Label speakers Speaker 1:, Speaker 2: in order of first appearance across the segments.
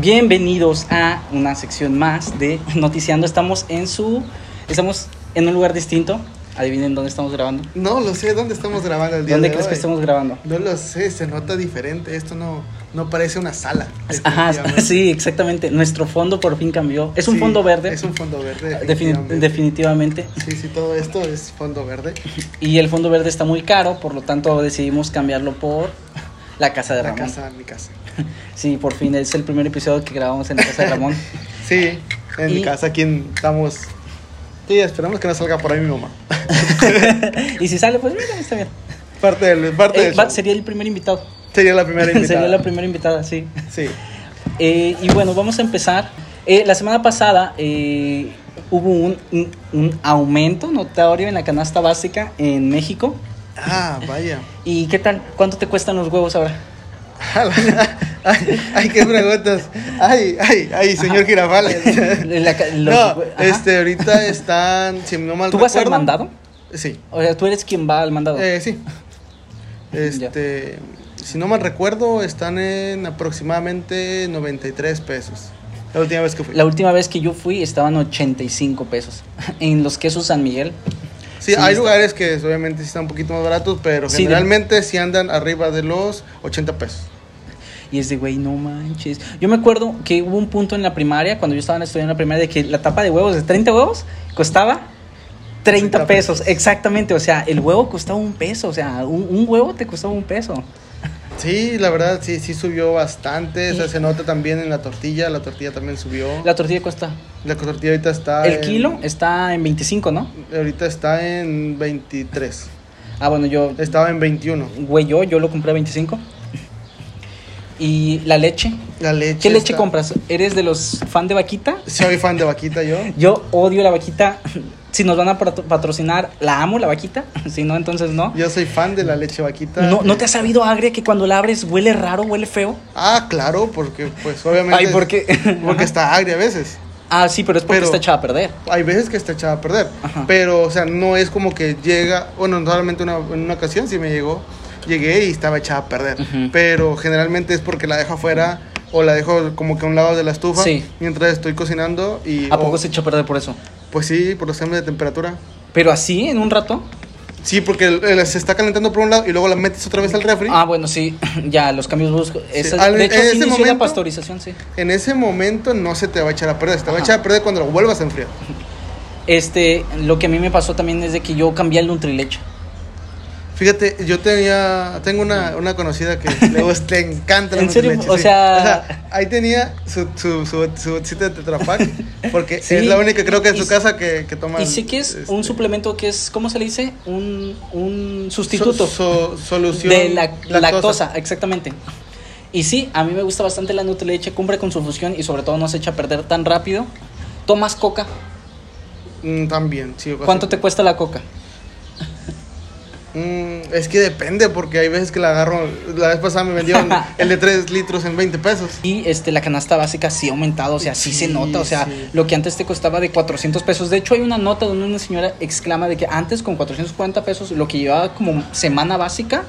Speaker 1: Bienvenidos a una sección más de Noticiando. Estamos en su. Estamos en un lugar distinto. Adivinen dónde estamos grabando.
Speaker 2: No lo sé, ¿dónde estamos grabando el día
Speaker 1: ¿Dónde
Speaker 2: de
Speaker 1: crees que
Speaker 2: hoy?
Speaker 1: estamos grabando?
Speaker 2: No lo sé, se nota diferente. Esto no, no parece una sala.
Speaker 1: Ajá,
Speaker 2: definitivamente.
Speaker 1: sí, exactamente. Nuestro fondo por fin cambió. Es un
Speaker 2: Sí,
Speaker 1: fondo verde. Ah,
Speaker 2: Es un fondo verde.
Speaker 1: defini-
Speaker 2: Definitivamente.
Speaker 1: definitivamente.
Speaker 2: Sí, sí, todo esto es fondo verde.
Speaker 1: Y el fondo verde está muy caro, por lo tanto decidimos cambiarlo por la casa de
Speaker 2: La
Speaker 1: Ramón.
Speaker 2: casa, mi casa.
Speaker 1: Sí, por fin es el primer episodio que grabamos en la casa de Ramón.
Speaker 2: Sí, en
Speaker 1: Y-
Speaker 2: mi casa, aquí en- estamos. Sí, esperamos que no salga por ahí mi mamá.
Speaker 1: y si sale, pues mira, está bien.
Speaker 2: Parte del. Parte
Speaker 1: Eh,
Speaker 2: del
Speaker 1: va-
Speaker 2: show.
Speaker 1: sería el primer invitado.
Speaker 2: Sería la primera invitada.
Speaker 1: sería la primera invitada, sí.
Speaker 2: Sí.
Speaker 1: Eh, y bueno, vamos a empezar. Eh, la semana pasada eh, hubo un, un- un aumento notorio en la canasta básica en México.
Speaker 2: Ah, vaya.
Speaker 1: ¿Y qué tal? ¿Cuánto te cuestan los huevos ahora?
Speaker 2: ay, ay, qué preguntas. Ay, ay, ay, señor Girafales.
Speaker 1: La ca-
Speaker 2: No,
Speaker 1: los hue- ajá.
Speaker 2: este, ahorita están, si no mal
Speaker 1: ¿Tú vas Oh. al
Speaker 2: recuerdo-
Speaker 1: mandado?
Speaker 2: Sí,
Speaker 1: O sea, tú eres quien va al mandado.
Speaker 2: eh, sí. Este, si no mal recuerdo, están en aproximadamente 93 pesos. La última vez que fui.
Speaker 1: La última vez que yo fui estaban 85 pesos en los quesos San Miguel.
Speaker 2: sí,
Speaker 1: sí,
Speaker 2: hay
Speaker 1: está.
Speaker 2: lugares que obviamente sí están un poquito más baratos, pero
Speaker 1: Sí, de-
Speaker 2: generalmente sí andan arriba de los 80 pesos.
Speaker 1: Y es de, güey, no manches. Yo me acuerdo que hubo un punto en la primaria, cuando yo estaba estudiando en la primaria, de que la tapa de huevos de 30 huevos costaba 30
Speaker 2: 30
Speaker 1: pesos. Exactamente, o sea, el huevo costaba un peso, o sea, un, un huevo te costaba un peso.
Speaker 2: Sí, la verdad, sí, sí subió bastante. O sea,
Speaker 1: Y-
Speaker 2: se nota también en la tortilla. La tortilla también subió.
Speaker 1: La tortilla cuesta.
Speaker 2: La tortilla ahorita está.
Speaker 1: El
Speaker 2: en-
Speaker 1: kilo está en 25, ¿no?
Speaker 2: Ahorita está en 23.
Speaker 1: Ah, bueno, yo,
Speaker 2: Estaba en 21.
Speaker 1: güey, yo, yo lo compré a 25. Y la leche.
Speaker 2: La leche.
Speaker 1: ¿Qué leche
Speaker 2: está-
Speaker 1: compras? ¿Eres de los fan de vaquita?
Speaker 2: Soy fan de vaquita yo.
Speaker 1: Yo odio la vaquita. Si nos van a patro- patrocinar, la amo la vaquita. Si no, entonces no.
Speaker 2: Yo soy fan de la leche vaquita.
Speaker 1: ¿No, ¿no te has sabido agria que cuando la abres huele raro, huele feo?
Speaker 2: Ah, claro, porque pues obviamente.
Speaker 1: Ay, ¿por qué? Ajá.
Speaker 2: Porque está agria a veces.
Speaker 1: Ah, sí, pero es porque
Speaker 2: Pero-
Speaker 1: está echada a perder.
Speaker 2: Hay veces que está echada a perder.
Speaker 1: Ajá.
Speaker 2: Pero, o sea, no es como que llega. Bueno, solamente una, en una ocasión sí me llegó. Llegué y estaba echada a perder.
Speaker 1: Ujú.
Speaker 2: Pero generalmente es porque la dejo afuera o la dejo como que a un lado de la estufa
Speaker 1: Sí.
Speaker 2: mientras estoy cocinando. y
Speaker 1: ¿A poco
Speaker 2: o-
Speaker 1: se echa a perder por eso?
Speaker 2: Pues sí, por los cambios de temperatura.
Speaker 1: Pero así, en un rato.
Speaker 2: Sí, porque el- el- se está calentando por un lado y luego la metes otra vez al refri.
Speaker 1: Ah, bueno, sí, ya, los cambios bruscos. Esa-
Speaker 2: Al-
Speaker 1: de hecho,
Speaker 2: en
Speaker 1: sí
Speaker 2: ese
Speaker 1: inició la
Speaker 2: momento-
Speaker 1: pasteurización, sí.
Speaker 2: En ese momento no se te va a echar a perder, se te va a
Speaker 1: Ajá.
Speaker 2: echar a perder cuando lo vuelvas a enfriar.
Speaker 1: Este, lo que a mí me pasó también es de que yo cambié el Nutrileche.
Speaker 2: Fíjate, yo tenía, tengo una, una conocida que le, gusta- le encanta la
Speaker 1: ¿En serio?
Speaker 2: Nutrileche,
Speaker 1: O
Speaker 2: sí.
Speaker 1: sea-
Speaker 2: ahí tenía su, su, su, su bolsita de Tetra Pak, porque
Speaker 1: Sí,
Speaker 2: es la única creo que en
Speaker 1: y-
Speaker 2: su casa que, que toma...
Speaker 1: Y sí que es un
Speaker 2: este,
Speaker 1: suplemento que es, ¿cómo se le dice? Un, un sustituto.
Speaker 2: so- so- solución
Speaker 1: de la lactosa. exactamente. Y sí, a mí me gusta bastante la Nutrileche, cumple con su función y sobre todo no se echa a perder tan rápido. Tomas coca.
Speaker 2: Mm, también, sí. o
Speaker 1: ¿Cuánto
Speaker 2: sea,
Speaker 1: te cuesta la coca?
Speaker 2: mm, es que depende, porque hay veces que la agarro, la vez pasada me vendieron el de 3 litros en 20 pesos.
Speaker 1: Y este, la canasta básica sí ha aumentado, o sea, sí, se
Speaker 2: Sí,
Speaker 1: nota, o sea,
Speaker 2: sí.
Speaker 1: lo que antes te costaba de 400 pesos. De hecho, hay una nota donde una señora exclama de que antes con 440 pesos, lo que llevaba como semana básica,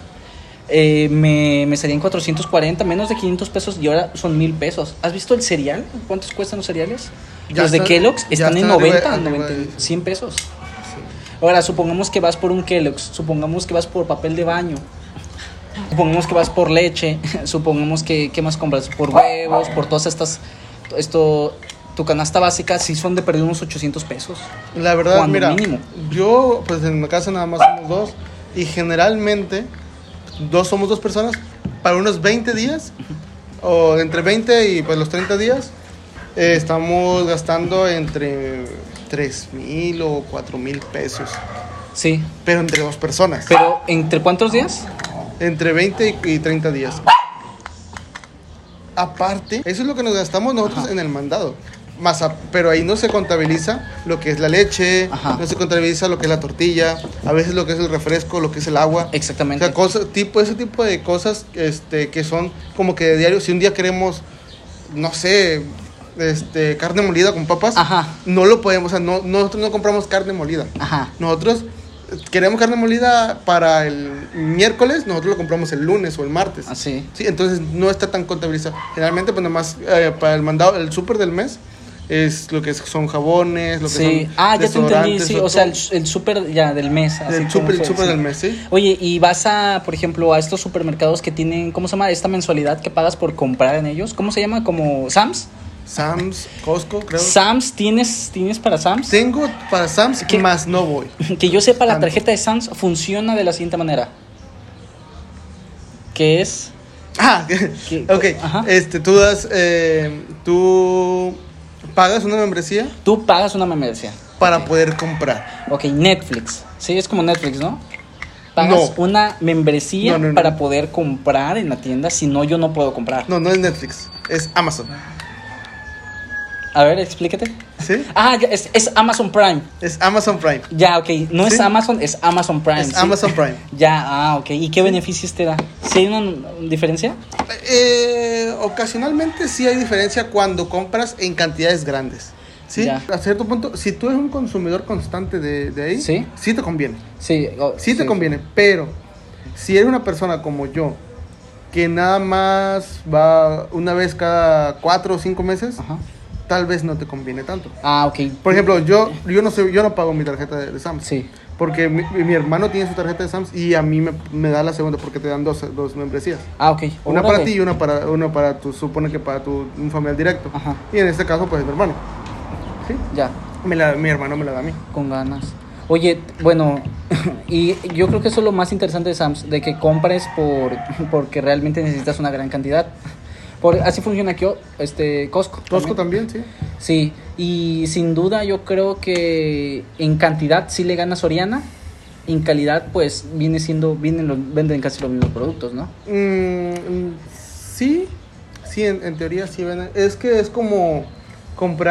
Speaker 1: eh, me, me salían 440, menos de 500 pesos y ahora son 1000 pesos. ¿Has visto el cereal? ¿Cuántos cuestan los cereales?
Speaker 2: Ya
Speaker 1: los de
Speaker 2: está-
Speaker 1: Kellogg's
Speaker 2: ya
Speaker 1: están en
Speaker 2: están arriba de-
Speaker 1: 90,
Speaker 2: arriba de
Speaker 1: 90,
Speaker 2: eso.
Speaker 1: 100 pesos. Ahora, supongamos que vas por un Kellogg's, supongamos que vas por papel de baño, supongamos que vas por leche, supongamos que, ¿qué más compras? Por huevos, por todas estas, esto, tu canasta básica, sí son de perder unos 800 pesos.
Speaker 2: La verdad,
Speaker 1: Cuando
Speaker 2: mira,
Speaker 1: mínimo.
Speaker 2: yo, pues en mi casa nada más somos dos. Y generalmente, dos somos dos personas. Para unos 20 días, o entre 20 y pues los 30 días, eh, estamos gastando entre 3 mil o 4 mil pesos.
Speaker 1: Sí,
Speaker 2: Pero entre dos personas.
Speaker 1: pero ¿entre cuántos días?
Speaker 2: Entre 20 y y 30 días. Aparte, eso es lo que nos gastamos nosotros en el mandado. Más a- pero ahí no se contabiliza lo que es la leche,
Speaker 1: Ajá.
Speaker 2: no se contabiliza lo que es la tortilla, a veces lo que es el refresco, lo que es el agua. O
Speaker 1: Exactamente.
Speaker 2: sea, cosas, tipo, ese tipo de cosas este, que son como que de diario. Si un día queremos, no sé, este, carne molida con papas,
Speaker 1: Ajá.
Speaker 2: no lo podemos, o sea, no, nosotros no compramos carne molida.
Speaker 1: Ajá.
Speaker 2: Nosotros queremos carne molida para el miércoles, nosotros lo compramos el lunes o el martes.
Speaker 1: Así.
Speaker 2: Sí, entonces no está tan contabilizado. Generalmente, pues nada más eh, para el mandado, el súper del mes, es lo que es- son jabones, lo que
Speaker 1: Sí.
Speaker 2: son.
Speaker 1: Ah, ya te entendí,
Speaker 2: desodorantes,
Speaker 1: sí.
Speaker 2: son
Speaker 1: O sea, el,
Speaker 2: todo-
Speaker 1: el súper ya del mes. así
Speaker 2: el
Speaker 1: como
Speaker 2: súper el
Speaker 1: fue,
Speaker 2: súper
Speaker 1: sí.
Speaker 2: del mes, sí.
Speaker 1: Oye, y vas a, por ejemplo, a estos supermercados que tienen, ¿cómo se llama? Esta mensualidad que pagas por comprar en ellos. ¿Cómo se llama? ¿Como Sam's?
Speaker 2: Sam's, Costco, creo.
Speaker 1: ¿Sam's? ¿Tienes, ¿Tienes para Sam's?
Speaker 2: Tengo para Sam's, más no voy.
Speaker 1: Que yo sepa, la
Speaker 2: Tanto.
Speaker 1: tarjeta de Sam's funciona de la siguiente manera. Que es...
Speaker 2: Ah,
Speaker 1: ¿Qué?
Speaker 2: ok.
Speaker 1: Ajá.
Speaker 2: Este, tú das, eh, tú pagas una membresía
Speaker 1: Tú pagas una membresía.
Speaker 2: para
Speaker 1: Ok.
Speaker 2: poder comprar.
Speaker 1: Ok, Netflix. Sí, es como Netflix, ¿no? Pagas
Speaker 2: No.
Speaker 1: una membresía
Speaker 2: No, no, no.
Speaker 1: para poder comprar en la tienda, si no, yo no puedo comprar.
Speaker 2: No, no es Netflix, es Amazon.
Speaker 1: A ver, explícate.
Speaker 2: ¿Sí?
Speaker 1: Ah, ya, es, es Amazon Prime.
Speaker 2: Es Amazon Prime.
Speaker 1: Ya, ok. No es
Speaker 2: Sí.
Speaker 1: Amazon, es Amazon Prime.
Speaker 2: es
Speaker 1: sí.
Speaker 2: Amazon Prime.
Speaker 1: Ya, ah, ok. ¿Y qué beneficios te da? ¿Sí hay una diferencia?
Speaker 2: Eh, ocasionalmente sí hay diferencia cuando compras en cantidades grandes. ¿Sí?
Speaker 1: Ya.
Speaker 2: A cierto punto, si tú eres un consumidor constante de, de ahí,
Speaker 1: Sí.
Speaker 2: sí te conviene.
Speaker 1: Sí. o-
Speaker 2: Sí te conviene, pero si eres una persona como yo, que nada más va una vez cada cuatro o cinco meses,
Speaker 1: Ajá.
Speaker 2: tal vez no te conviene tanto.
Speaker 1: Ah, ok.
Speaker 2: Por ejemplo, yo, yo, no, soy, yo no pago mi tarjeta de, de Sam's.
Speaker 1: Sí.
Speaker 2: Porque mi, mi hermano tiene su tarjeta de Sam's y a mí me, me da la segunda porque te dan dos, dos membresías.
Speaker 1: Ah, ok.
Speaker 2: Una
Speaker 1: Órale.
Speaker 2: para ti y una para, una para tu, supone que para tu un familiar directo.
Speaker 1: Ajá.
Speaker 2: Y en este caso, pues mi hermano. ¿Sí?
Speaker 1: Ya,
Speaker 2: Me la- mi hermano me la da a mí.
Speaker 1: con ganas. Oye, bueno, y yo creo que eso es lo más interesante de Sam's, de que compres por porque realmente necesitas una gran cantidad. Por, así funciona aquí este, Costco.
Speaker 2: Costco también, sí.
Speaker 1: Sí, y sin duda yo creo que en cantidad sí le gana Soriana, en calidad pues viene siendo, vienen los- venden casi los mismos productos, ¿no?
Speaker 2: Mm, mm, sí, sí, en, en teoría sí venden. Es que es como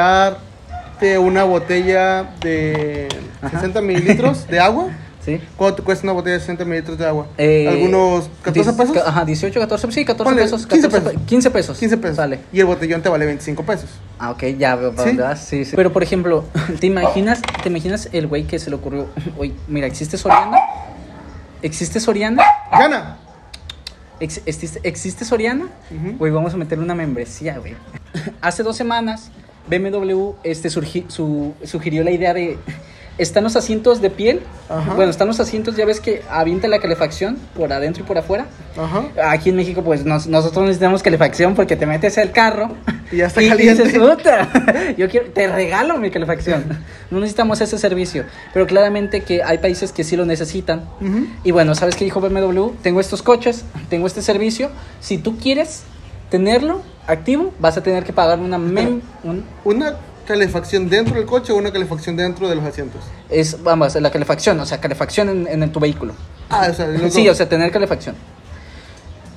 Speaker 2: comprarte una botella de
Speaker 1: Ajá.
Speaker 2: 60 mililitros de agua.
Speaker 1: Sí.
Speaker 2: ¿Cuánto te cuesta una botella de 60 mililitros de agua?
Speaker 1: Eh,
Speaker 2: ¿Algunos 14
Speaker 1: dis-
Speaker 2: pesos?
Speaker 1: Ajá, 18, 14, sí, 14
Speaker 2: Ponle,
Speaker 1: pesos.
Speaker 2: 15
Speaker 1: 14
Speaker 2: pesos.
Speaker 1: pe- 15 pesos.
Speaker 2: 15 pesos.
Speaker 1: Sale.
Speaker 2: Y el botellón te vale 25 pesos.
Speaker 1: Ah, ok, ya veo para
Speaker 2: ¿Sí?
Speaker 1: dónde vas, sí, sí. Pero por ejemplo, ¿te imaginas, te imaginas el güey que se le ocurrió, oye, mira, existe Soriana, existe Soriana,
Speaker 2: ¡Gana!
Speaker 1: Ex- existe, existe Soriana,
Speaker 2: Ujú.
Speaker 1: güey, vamos a meterle una membresía, güey. Hace dos semanas, BMW este, surgi- su- sugirió la idea de, están los asientos de piel,
Speaker 2: Ajá.
Speaker 1: bueno, están los asientos, ya ves que avienta la calefacción por adentro y por afuera.
Speaker 2: Ajá.
Speaker 1: Aquí en México, pues nos- nosotros necesitamos calefacción porque te metes al carro
Speaker 2: Y ya está
Speaker 1: dices,
Speaker 2: caliente.
Speaker 1: "Puta, yo quiero, te regalo mi calefacción. No necesitamos ese servicio, pero claramente que hay países que sí lo necesitan.
Speaker 2: Ujú.
Speaker 1: Y bueno, ¿sabes qué dijo BMW? Tengo estos coches, tengo este servicio. Si tú quieres tenerlo activo, vas a tener que pagar una mem. un-
Speaker 2: ¿Una calefacción dentro del coche o una calefacción dentro de los asientos?
Speaker 1: es, vamos, la calefacción, o sea, calefacción en, en tu vehículo.
Speaker 2: Ah, o sea, los
Speaker 1: Sí, o
Speaker 2: dos.
Speaker 1: sea, tener calefacción.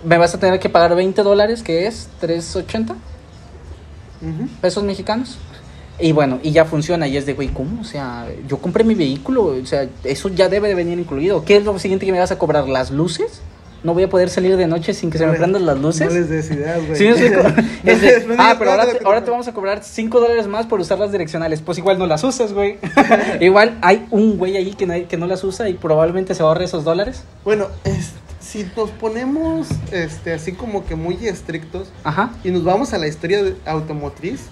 Speaker 1: Me vas a tener que pagar 20 dólares, que es 380
Speaker 2: Ujú.
Speaker 1: pesos mexicanos. Y bueno, y ya funciona. Y es de, güey, ¿cómo? O sea, yo compré mi vehículo. O sea, eso ya debe de venir incluido. ¿Qué es lo siguiente que me vas a cobrar? ¿Las luces? ¿No voy a poder salir de noche sin que se me
Speaker 2: No le-
Speaker 1: prendan las luces?
Speaker 2: No les des ideas, güey.
Speaker 1: Sí, me explico.
Speaker 2: No
Speaker 1: Es de,
Speaker 2: les- no les
Speaker 1: ah,
Speaker 2: des plata
Speaker 1: pero ahora
Speaker 2: de
Speaker 1: te,
Speaker 2: lo que
Speaker 1: ahora te
Speaker 2: compras".
Speaker 1: vamos a cobrar 5 dólares más por usar las direccionales. Pues igual no las usas, güey. igual hay un güey ahí que no, hay- que no las usa y probablemente se ahorre esos dólares.
Speaker 2: Bueno, es- si nos ponemos este, así como que muy estrictos
Speaker 1: Ajá.
Speaker 2: y nos vamos a la historia de- automotriz,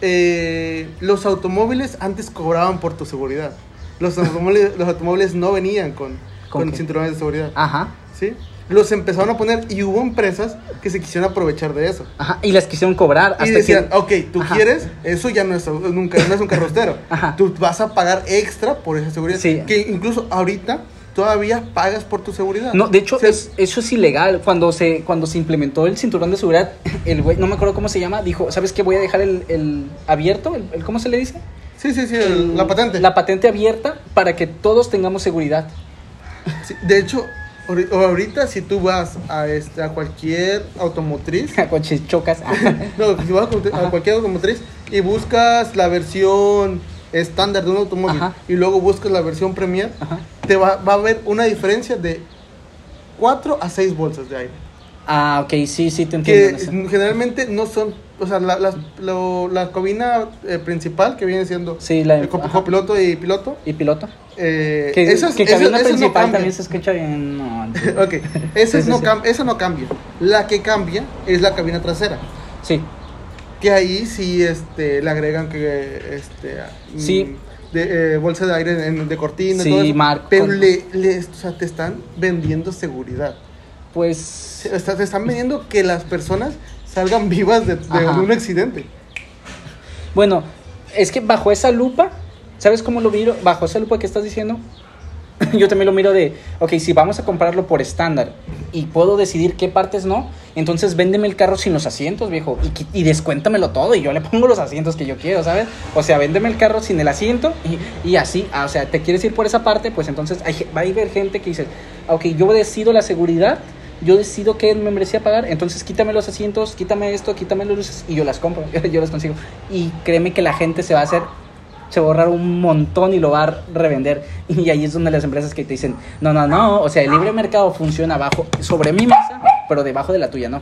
Speaker 2: eh, los automóviles antes cobraban por tu seguridad. Los automóviles, los automóviles no venían con,
Speaker 1: ¿Con
Speaker 2: con,
Speaker 1: qué?
Speaker 2: cinturones de seguridad.
Speaker 1: Ajá.
Speaker 2: ¿sí? Los empezaron a poner y hubo empresas que se quisieron aprovechar de eso.
Speaker 1: Ajá. Y las quisieron cobrar hasta
Speaker 2: Y decían,
Speaker 1: que...
Speaker 2: ok, tú
Speaker 1: Ajá.
Speaker 2: quieres, eso ya no es, au- nunca, no es un carrostero.
Speaker 1: Ajá.
Speaker 2: Tú vas a pagar extra por esa seguridad.
Speaker 1: Sí.
Speaker 2: Que incluso ahorita todavía pagas por tu seguridad.
Speaker 1: No, de hecho,
Speaker 2: O sea,
Speaker 1: es- eso es ilegal. Cuando se, cuando se implementó el cinturón de seguridad, el güey, no me acuerdo cómo se llama, dijo, ¿sabes qué? Voy a dejar el, el abierto, el, el- ¿cómo se le dice?
Speaker 2: Sí, sí, sí, el- la patente.
Speaker 1: Mm, La patente abierta para que todos tengamos seguridad.
Speaker 2: Sí, de hecho, ahori- ahorita si tú vas a, este, a cualquier automotriz,
Speaker 1: Coches chocas.
Speaker 2: no, si vas a cualquier- a,
Speaker 1: Ajá.
Speaker 2: cualquier automotriz y buscas la versión estándar de un automóvil
Speaker 1: Ajá.
Speaker 2: y luego buscas la versión premier,
Speaker 1: Ajá.
Speaker 2: te va, va a haber una diferencia de 4 a 6 bolsas de aire.
Speaker 1: Ah, ok, sí, sí, te entiendo. en
Speaker 2: que mm,
Speaker 1: eso.
Speaker 2: generalmente no son o sea, la, las- lo- la cabina eh, principal que viene siendo
Speaker 1: Sí, la-
Speaker 2: el co-
Speaker 1: ajá.
Speaker 2: copiloto y piloto.
Speaker 1: ¿Y piloto?
Speaker 2: eh,
Speaker 1: Que,
Speaker 2: esas-
Speaker 1: que
Speaker 2: esas-
Speaker 1: cabina
Speaker 2: esas no
Speaker 1: principal
Speaker 2: cambian.
Speaker 1: también se escucha bien. No,
Speaker 2: Ok, esa,
Speaker 1: Sí, sí,
Speaker 2: no
Speaker 1: sí.
Speaker 2: cam- esa no cambia. La que cambia es la cabina trasera.
Speaker 1: sí.
Speaker 2: Que ahí sí este, le agregan que este, a-
Speaker 1: Sí.
Speaker 2: mm, de, eh, bolsa de aire en- de cortina.
Speaker 1: Sí,
Speaker 2: todo eso.
Speaker 1: Marco.
Speaker 2: Pero le, le- o sea, te están vendiendo seguridad.
Speaker 1: Pues.
Speaker 2: Se- o sea, te están vendiendo que las personas salgan vivas de, de
Speaker 1: Ajá.
Speaker 2: un accidente.
Speaker 1: Bueno, es que bajo esa lupa, ¿sabes cómo lo miro? Bajo esa lupa que estás diciendo, yo también lo miro de, ok, si vamos a comprarlo por estándar y puedo decidir qué partes no, entonces véndeme el carro sin los asientos, viejo, y, qui- y descuéntamelo todo y yo le pongo los asientos que yo quiero, ¿sabes? O sea, véndeme el carro sin el asiento y, y así, ah, o sea, ¿te quieres ir por esa parte? Pues entonces hay ge- va a haber gente que dice, ok, yo decido la seguridad. Yo decido qué membresía pagar, entonces quítame los asientos, quítame esto, quítame las luces y yo las compro, yo las consigo. Y créeme que la gente se va a hacer se va a ahorrar un montón y lo va a revender. Y ahí es donde las empresas que te dicen, no, no, no, o sea, el libre mercado funciona bajo, sobre mi mesa, pero debajo de la tuya, ¿no?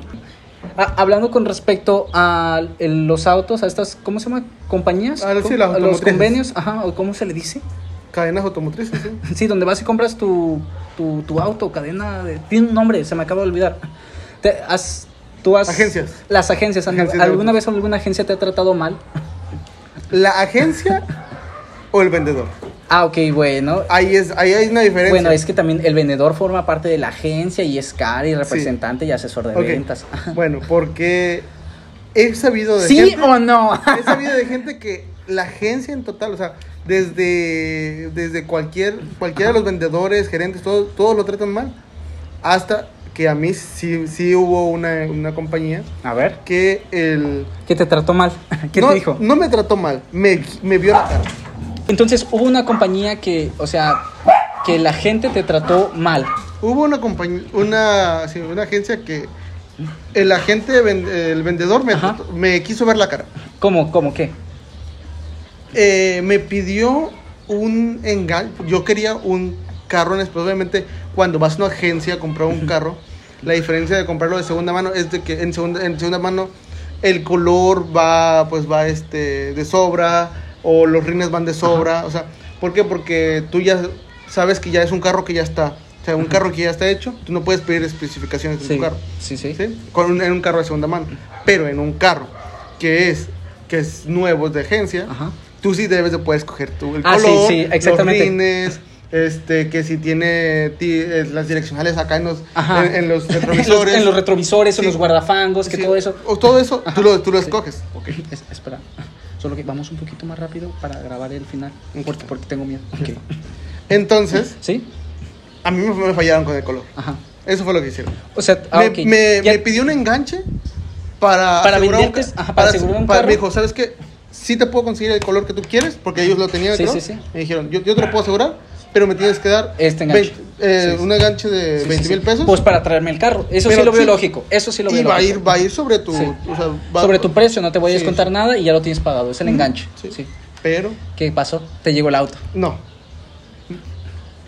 Speaker 1: Ah, hablando con respecto a el- los autos, a estas, ¿cómo se llama? ¿Compañías?
Speaker 2: Ah, sí, las
Speaker 1: ¿Cómo? A los
Speaker 2: automotrices.
Speaker 1: convenios, ajá, o ¿cómo se le dice?
Speaker 2: Cadenas automotrices, ¿sí?
Speaker 1: Sí, donde vas y compras tu, tu, tu auto, cadena, de- tiene un nombre, se me acaba de olvidar. Te- has- tú has-
Speaker 2: Agencias.
Speaker 1: Las agencias. ¿al-
Speaker 2: Agencias de
Speaker 1: ¿Alguna
Speaker 2: autos.
Speaker 1: vez alguna agencia te ha tratado mal?
Speaker 2: ¿La agencia o el vendedor?
Speaker 1: Ah, ok, bueno.
Speaker 2: Ahí, es, ahí hay una diferencia.
Speaker 1: Bueno, es que también el vendedor forma parte de la agencia y es cara y representante y asesor de
Speaker 2: Ok.
Speaker 1: ventas.
Speaker 2: Bueno, porque he sabido de
Speaker 1: ¿Sí
Speaker 2: gente-
Speaker 1: o no?
Speaker 2: He sabido de gente que la agencia en total, o sea, desde, desde cualquier, cualquiera de los vendedores, gerentes, todo- todos lo tratan mal. Hasta que a mí sí, sí hubo una, una compañía
Speaker 1: A ver.
Speaker 2: que el...
Speaker 1: ¿Qué te trató mal? ¿Qué
Speaker 2: no,
Speaker 1: te dijo?
Speaker 2: No me trató mal, me, me vio la cara.
Speaker 1: Entonces hubo una compañía que, o sea, que la gente te trató mal.
Speaker 2: Hubo una compañía, una, sí, una agencia que el agente, ven- el vendedor me,
Speaker 1: Ajá.
Speaker 2: trató- me quiso ver la cara.
Speaker 1: ¿Cómo? ¿Cómo qué?
Speaker 2: Eh, me pidió un engal. Yo quería un carro en especial. Obviamente, cuando vas a una agencia a comprar un carro, la diferencia de comprarlo de segunda mano es de que en segunda, en segunda mano el color va, pues va este, de sobra o los rines van de sobra. O sea, ¿por qué? Porque tú ya sabes que ya es un carro que ya está. O sea, un carro que ya está hecho, tú no puedes pedir especificaciones de
Speaker 1: Sí,
Speaker 2: tu carro.
Speaker 1: sí, sí.
Speaker 2: ¿sí? Con un- en un carro de segunda mano. Pero en un carro que es, que es nuevo es de agencia,
Speaker 1: Ajá.
Speaker 2: tú sí debes de poder escoger tú el
Speaker 1: Ah, sí,
Speaker 2: color,
Speaker 1: sí, exactamente.
Speaker 2: los rines, este, que si tiene ti- eh, las direccionales acá en los,
Speaker 1: Ajá.
Speaker 2: en, en los
Speaker 1: En los-
Speaker 2: retrovisores.
Speaker 1: en los retrovisores, en
Speaker 2: Sí.
Speaker 1: los guardafangos, que
Speaker 2: Sí,
Speaker 1: todo eso.
Speaker 2: O todo eso, tú lo, tú lo escoges.
Speaker 1: Ok, es- espera. Solo que vamos un poquito más rápido para grabar el final.
Speaker 2: Aquí
Speaker 1: Porque,
Speaker 2: está.
Speaker 1: porque tengo miedo.
Speaker 2: Entonces,
Speaker 1: ¿Sí?
Speaker 2: a mí me, me fallaron con el color.
Speaker 1: Ajá.
Speaker 2: Eso fue lo que hicieron.
Speaker 1: O sea, ah,
Speaker 2: me,
Speaker 1: ok.
Speaker 2: me-
Speaker 1: Ya-
Speaker 2: me pidió un enganche para
Speaker 1: Para
Speaker 2: asegurar
Speaker 1: venderte-
Speaker 2: ca-
Speaker 1: ajá, para asegurar un carro.
Speaker 2: Me dijo, ¿sabes qué? Sí te puedo conseguir el color que tú quieres, porque ellos lo tenían.
Speaker 1: Sí,
Speaker 2: creo.
Speaker 1: sí, sí.
Speaker 2: Me dijeron, yo, yo te lo puedo asegurar, pero me tienes que dar
Speaker 1: Este enganche.
Speaker 2: veinte- eh,
Speaker 1: Sí, sí.
Speaker 2: un enganche de
Speaker 1: Sí, sí,
Speaker 2: 20 mil
Speaker 1: sí.
Speaker 2: pesos.
Speaker 1: Pues para traerme el carro. Eso sí
Speaker 2: Pero
Speaker 1: lo veo
Speaker 2: sí.
Speaker 1: lógico. Eso sí lo veo
Speaker 2: y va a
Speaker 1: lógico.
Speaker 2: ir, va a ir sobre tu,
Speaker 1: Sí.
Speaker 2: o sea, va-
Speaker 1: Sobre tu precio, no te voy a
Speaker 2: Sí,
Speaker 1: descontar
Speaker 2: sí.
Speaker 1: nada y ya lo tienes pagado. Es el enganche.
Speaker 2: sí.
Speaker 1: Sí.
Speaker 2: Pero
Speaker 1: ¿Qué pasó? Te llegó el auto.
Speaker 2: no.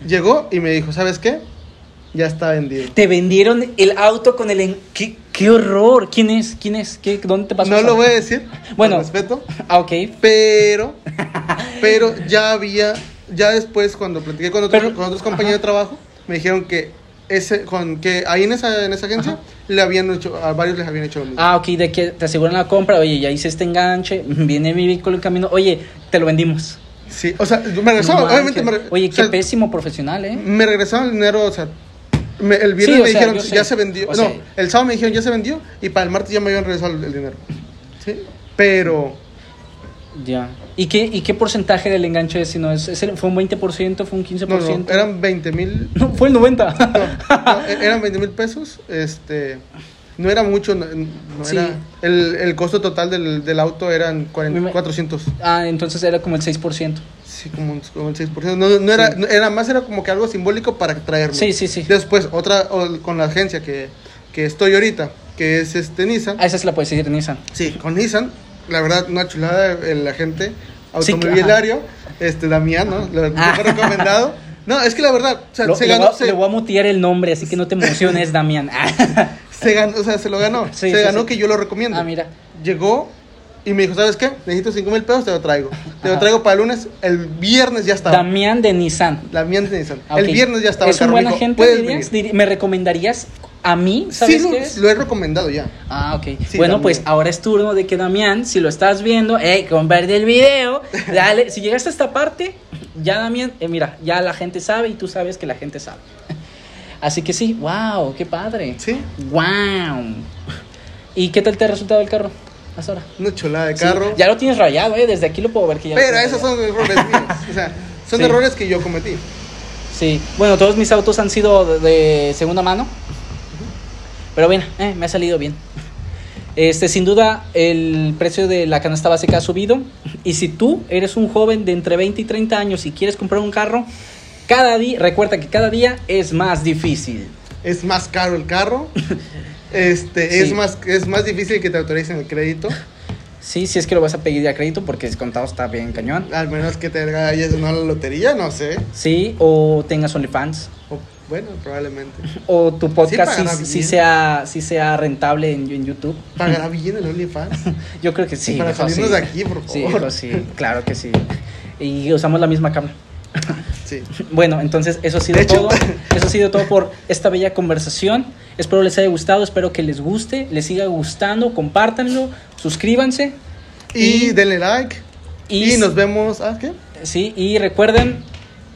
Speaker 2: Llegó y me dijo, ¿sabes qué? Ya está vendido.
Speaker 1: Te vendieron el auto con el. en- ¿Qué, qué horror! ¿Quién es? ¿Quién es? ¿Qué, ¿Dónde te pasó?
Speaker 2: No
Speaker 1: eso?
Speaker 2: lo voy a decir.
Speaker 1: Bueno.
Speaker 2: Bueno, respeto.
Speaker 1: Ah, ok.
Speaker 2: Pero, pero ya había, ya después cuando platiqué con otros,
Speaker 1: Pero-
Speaker 2: con otros compañeros de trabajo, me dijeron que ese, con que ahí en esa, en esa agencia le habían hecho, a varios les habían hecho lo mismo.
Speaker 1: Ah, ok, de que te aseguran la compra. Oye, ya hice este enganche. Viene mi vehículo en camino. Oye, te lo vendimos.
Speaker 2: Sí, o sea, me
Speaker 1: No
Speaker 2: regresaron,
Speaker 1: manches.
Speaker 2: obviamente me, re-
Speaker 1: Oye,
Speaker 2: o
Speaker 1: qué
Speaker 2: sea,
Speaker 1: pésimo profesional, ¿eh?
Speaker 2: me regresaron el dinero, o sea, me- el viernes
Speaker 1: Sí, o
Speaker 2: me
Speaker 1: sea,
Speaker 2: dijeron
Speaker 1: yo sé.
Speaker 2: ya se vendió,
Speaker 1: O
Speaker 2: no,
Speaker 1: sea-
Speaker 2: el sábado me dijeron ya se vendió y para el martes ya me habían regresado el, el dinero. Sí, pero
Speaker 1: Ya. ¿Y qué, ¿Y qué porcentaje del enganche es? Si no es, es el- ¿Fue un 20%? ¿Fue un 15%?
Speaker 2: no, no, eran 20 mil
Speaker 1: No, fue el 90.
Speaker 2: No, e- eran 20 mil pesos. Este, no era mucho. No, no
Speaker 1: Sí.
Speaker 2: era, el, el costo total del, del auto eran 40,
Speaker 1: Me-
Speaker 2: 400.
Speaker 1: Ah, entonces era como el 6%.
Speaker 2: Sí, como un, como un 6%. No, no era,
Speaker 1: Sí.
Speaker 2: no- era más, era como que algo simbólico para traerlo.
Speaker 1: Sí, sí, sí.
Speaker 2: Después, otra o- con la agencia que, que estoy ahorita, que es este Nissan.
Speaker 1: Ah, esa se la puedes decir, Nissan.
Speaker 2: Sí, con Nissan, la verdad, una chulada el agente
Speaker 1: Sí, que-
Speaker 2: automobiliario, este Damián, ¿no? Lo lo
Speaker 1: Ah.
Speaker 2: fue recomendado. No, es que la verdad, o sea,
Speaker 1: Lo-
Speaker 2: se
Speaker 1: le,
Speaker 2: ganó.
Speaker 1: voy a,
Speaker 2: se-
Speaker 1: le voy a mutear el nombre, así que no te emociones, Damián. Ah,
Speaker 2: Se ganó, o sea, se lo ganó.
Speaker 1: Sí,
Speaker 2: se
Speaker 1: sí,
Speaker 2: ganó
Speaker 1: sí.
Speaker 2: que yo lo recomiendo.
Speaker 1: Ah, mira.
Speaker 2: Llegó y me dijo, ¿sabes qué? Necesito 5 mil pesos, te lo traigo. Te lo
Speaker 1: Ajá.
Speaker 2: traigo para el lunes, el viernes ya estaba.
Speaker 1: Damián de Nissan.
Speaker 2: La mía de Nissan.
Speaker 1: Ah, ok.
Speaker 2: El viernes ya estaba.
Speaker 1: ¿Es
Speaker 2: el carro,
Speaker 1: un buena
Speaker 2: me dijo,
Speaker 1: gente,
Speaker 2: "Puedes
Speaker 1: dirías?
Speaker 2: venir".
Speaker 1: Diri- ¿Me recomendarías a mí?
Speaker 2: Sí,
Speaker 1: ¿Sabes
Speaker 2: lo,
Speaker 1: qué es?
Speaker 2: lo he recomendado ya.
Speaker 1: Ah, ok.
Speaker 2: Sí,
Speaker 1: bueno,
Speaker 2: Damián.
Speaker 1: pues ahora es turno de que Damián, si lo estás viendo, eh, comparte el video. Dale, si llegaste a esta parte, ya Damián, eh, mira, ya la gente sabe y tú sabes que la gente sabe. Así que sí, wow, qué padre.
Speaker 2: Sí.
Speaker 1: Wow. ¿Y qué tal te ha resultado el carro hasta ahora?
Speaker 2: Una chulada de
Speaker 1: Sí,
Speaker 2: carro.
Speaker 1: ya lo tienes rayado, eh, desde aquí lo puedo ver que ya lo
Speaker 2: Pero
Speaker 1: tienes
Speaker 2: esos
Speaker 1: rayado.
Speaker 2: son errores míos. O sea, son
Speaker 1: Sí.
Speaker 2: errores que yo cometí.
Speaker 1: Sí, bueno, todos mis autos han sido de, de segunda mano. Pero bien, eh, me ha salido bien. Este, sin duda, el precio de la canasta básica ha subido. Y si tú eres un joven de entre 20 y 30 años y quieres comprar un carro, cada día, recuerda que cada día es más difícil.
Speaker 2: Es más caro el carro. Este, es,
Speaker 1: Sí.
Speaker 2: más, es más difícil que te autoricen el crédito.
Speaker 1: Sí, si es que lo vas a pedir a crédito porque descontado está bien cañón.
Speaker 2: Al menos que te hayas ganado la lotería, no sé.
Speaker 1: Sí, o tengas OnlyFans.
Speaker 2: O- bueno, probablemente.
Speaker 1: O tu podcast sí,
Speaker 2: pagará
Speaker 1: sí
Speaker 2: bien.
Speaker 1: sea, sí sea rentable en, en YouTube.
Speaker 2: ¿Pagará bien el OnlyFans?
Speaker 1: Yo creo que sí.
Speaker 2: Para
Speaker 1: viejo,
Speaker 2: salirnos
Speaker 1: sí.
Speaker 2: de aquí, por
Speaker 1: Sí,
Speaker 2: favor.
Speaker 1: hijo, sí, claro que sí. Y usamos la misma cámara.
Speaker 2: Sí.
Speaker 1: Bueno, entonces eso ha sido
Speaker 2: De hecho-
Speaker 1: todo. Eso ha sido todo por esta bella conversación. Espero les haya gustado, espero que les guste, les siga gustando, compártanlo, suscríbanse.
Speaker 2: Y,
Speaker 1: Y-
Speaker 2: denle like. Y,
Speaker 1: Y,
Speaker 2: nos vemos. ¿Ah, qué?
Speaker 1: sí, y recuerden,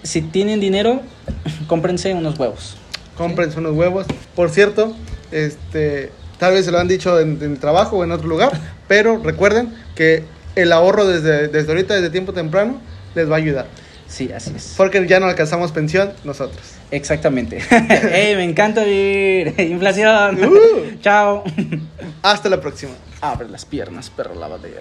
Speaker 1: si tienen dinero, cómprense unos huevos.
Speaker 2: Cómprense unos huevos. Por cierto, este, tal vez se lo han dicho en, en el trabajo o en otro lugar, pero recuerden que el ahorro desde, desde ahorita, desde tiempo temprano, les va a ayudar.
Speaker 1: Sí, así es.
Speaker 2: Porque ya no alcanzamos pensión nosotros.
Speaker 1: Exactamente. Ey, me encanta vivir. Inflación.
Speaker 2: Uh.
Speaker 1: Chao.
Speaker 2: Hasta la próxima.
Speaker 1: Abre las piernas, perro lavadero.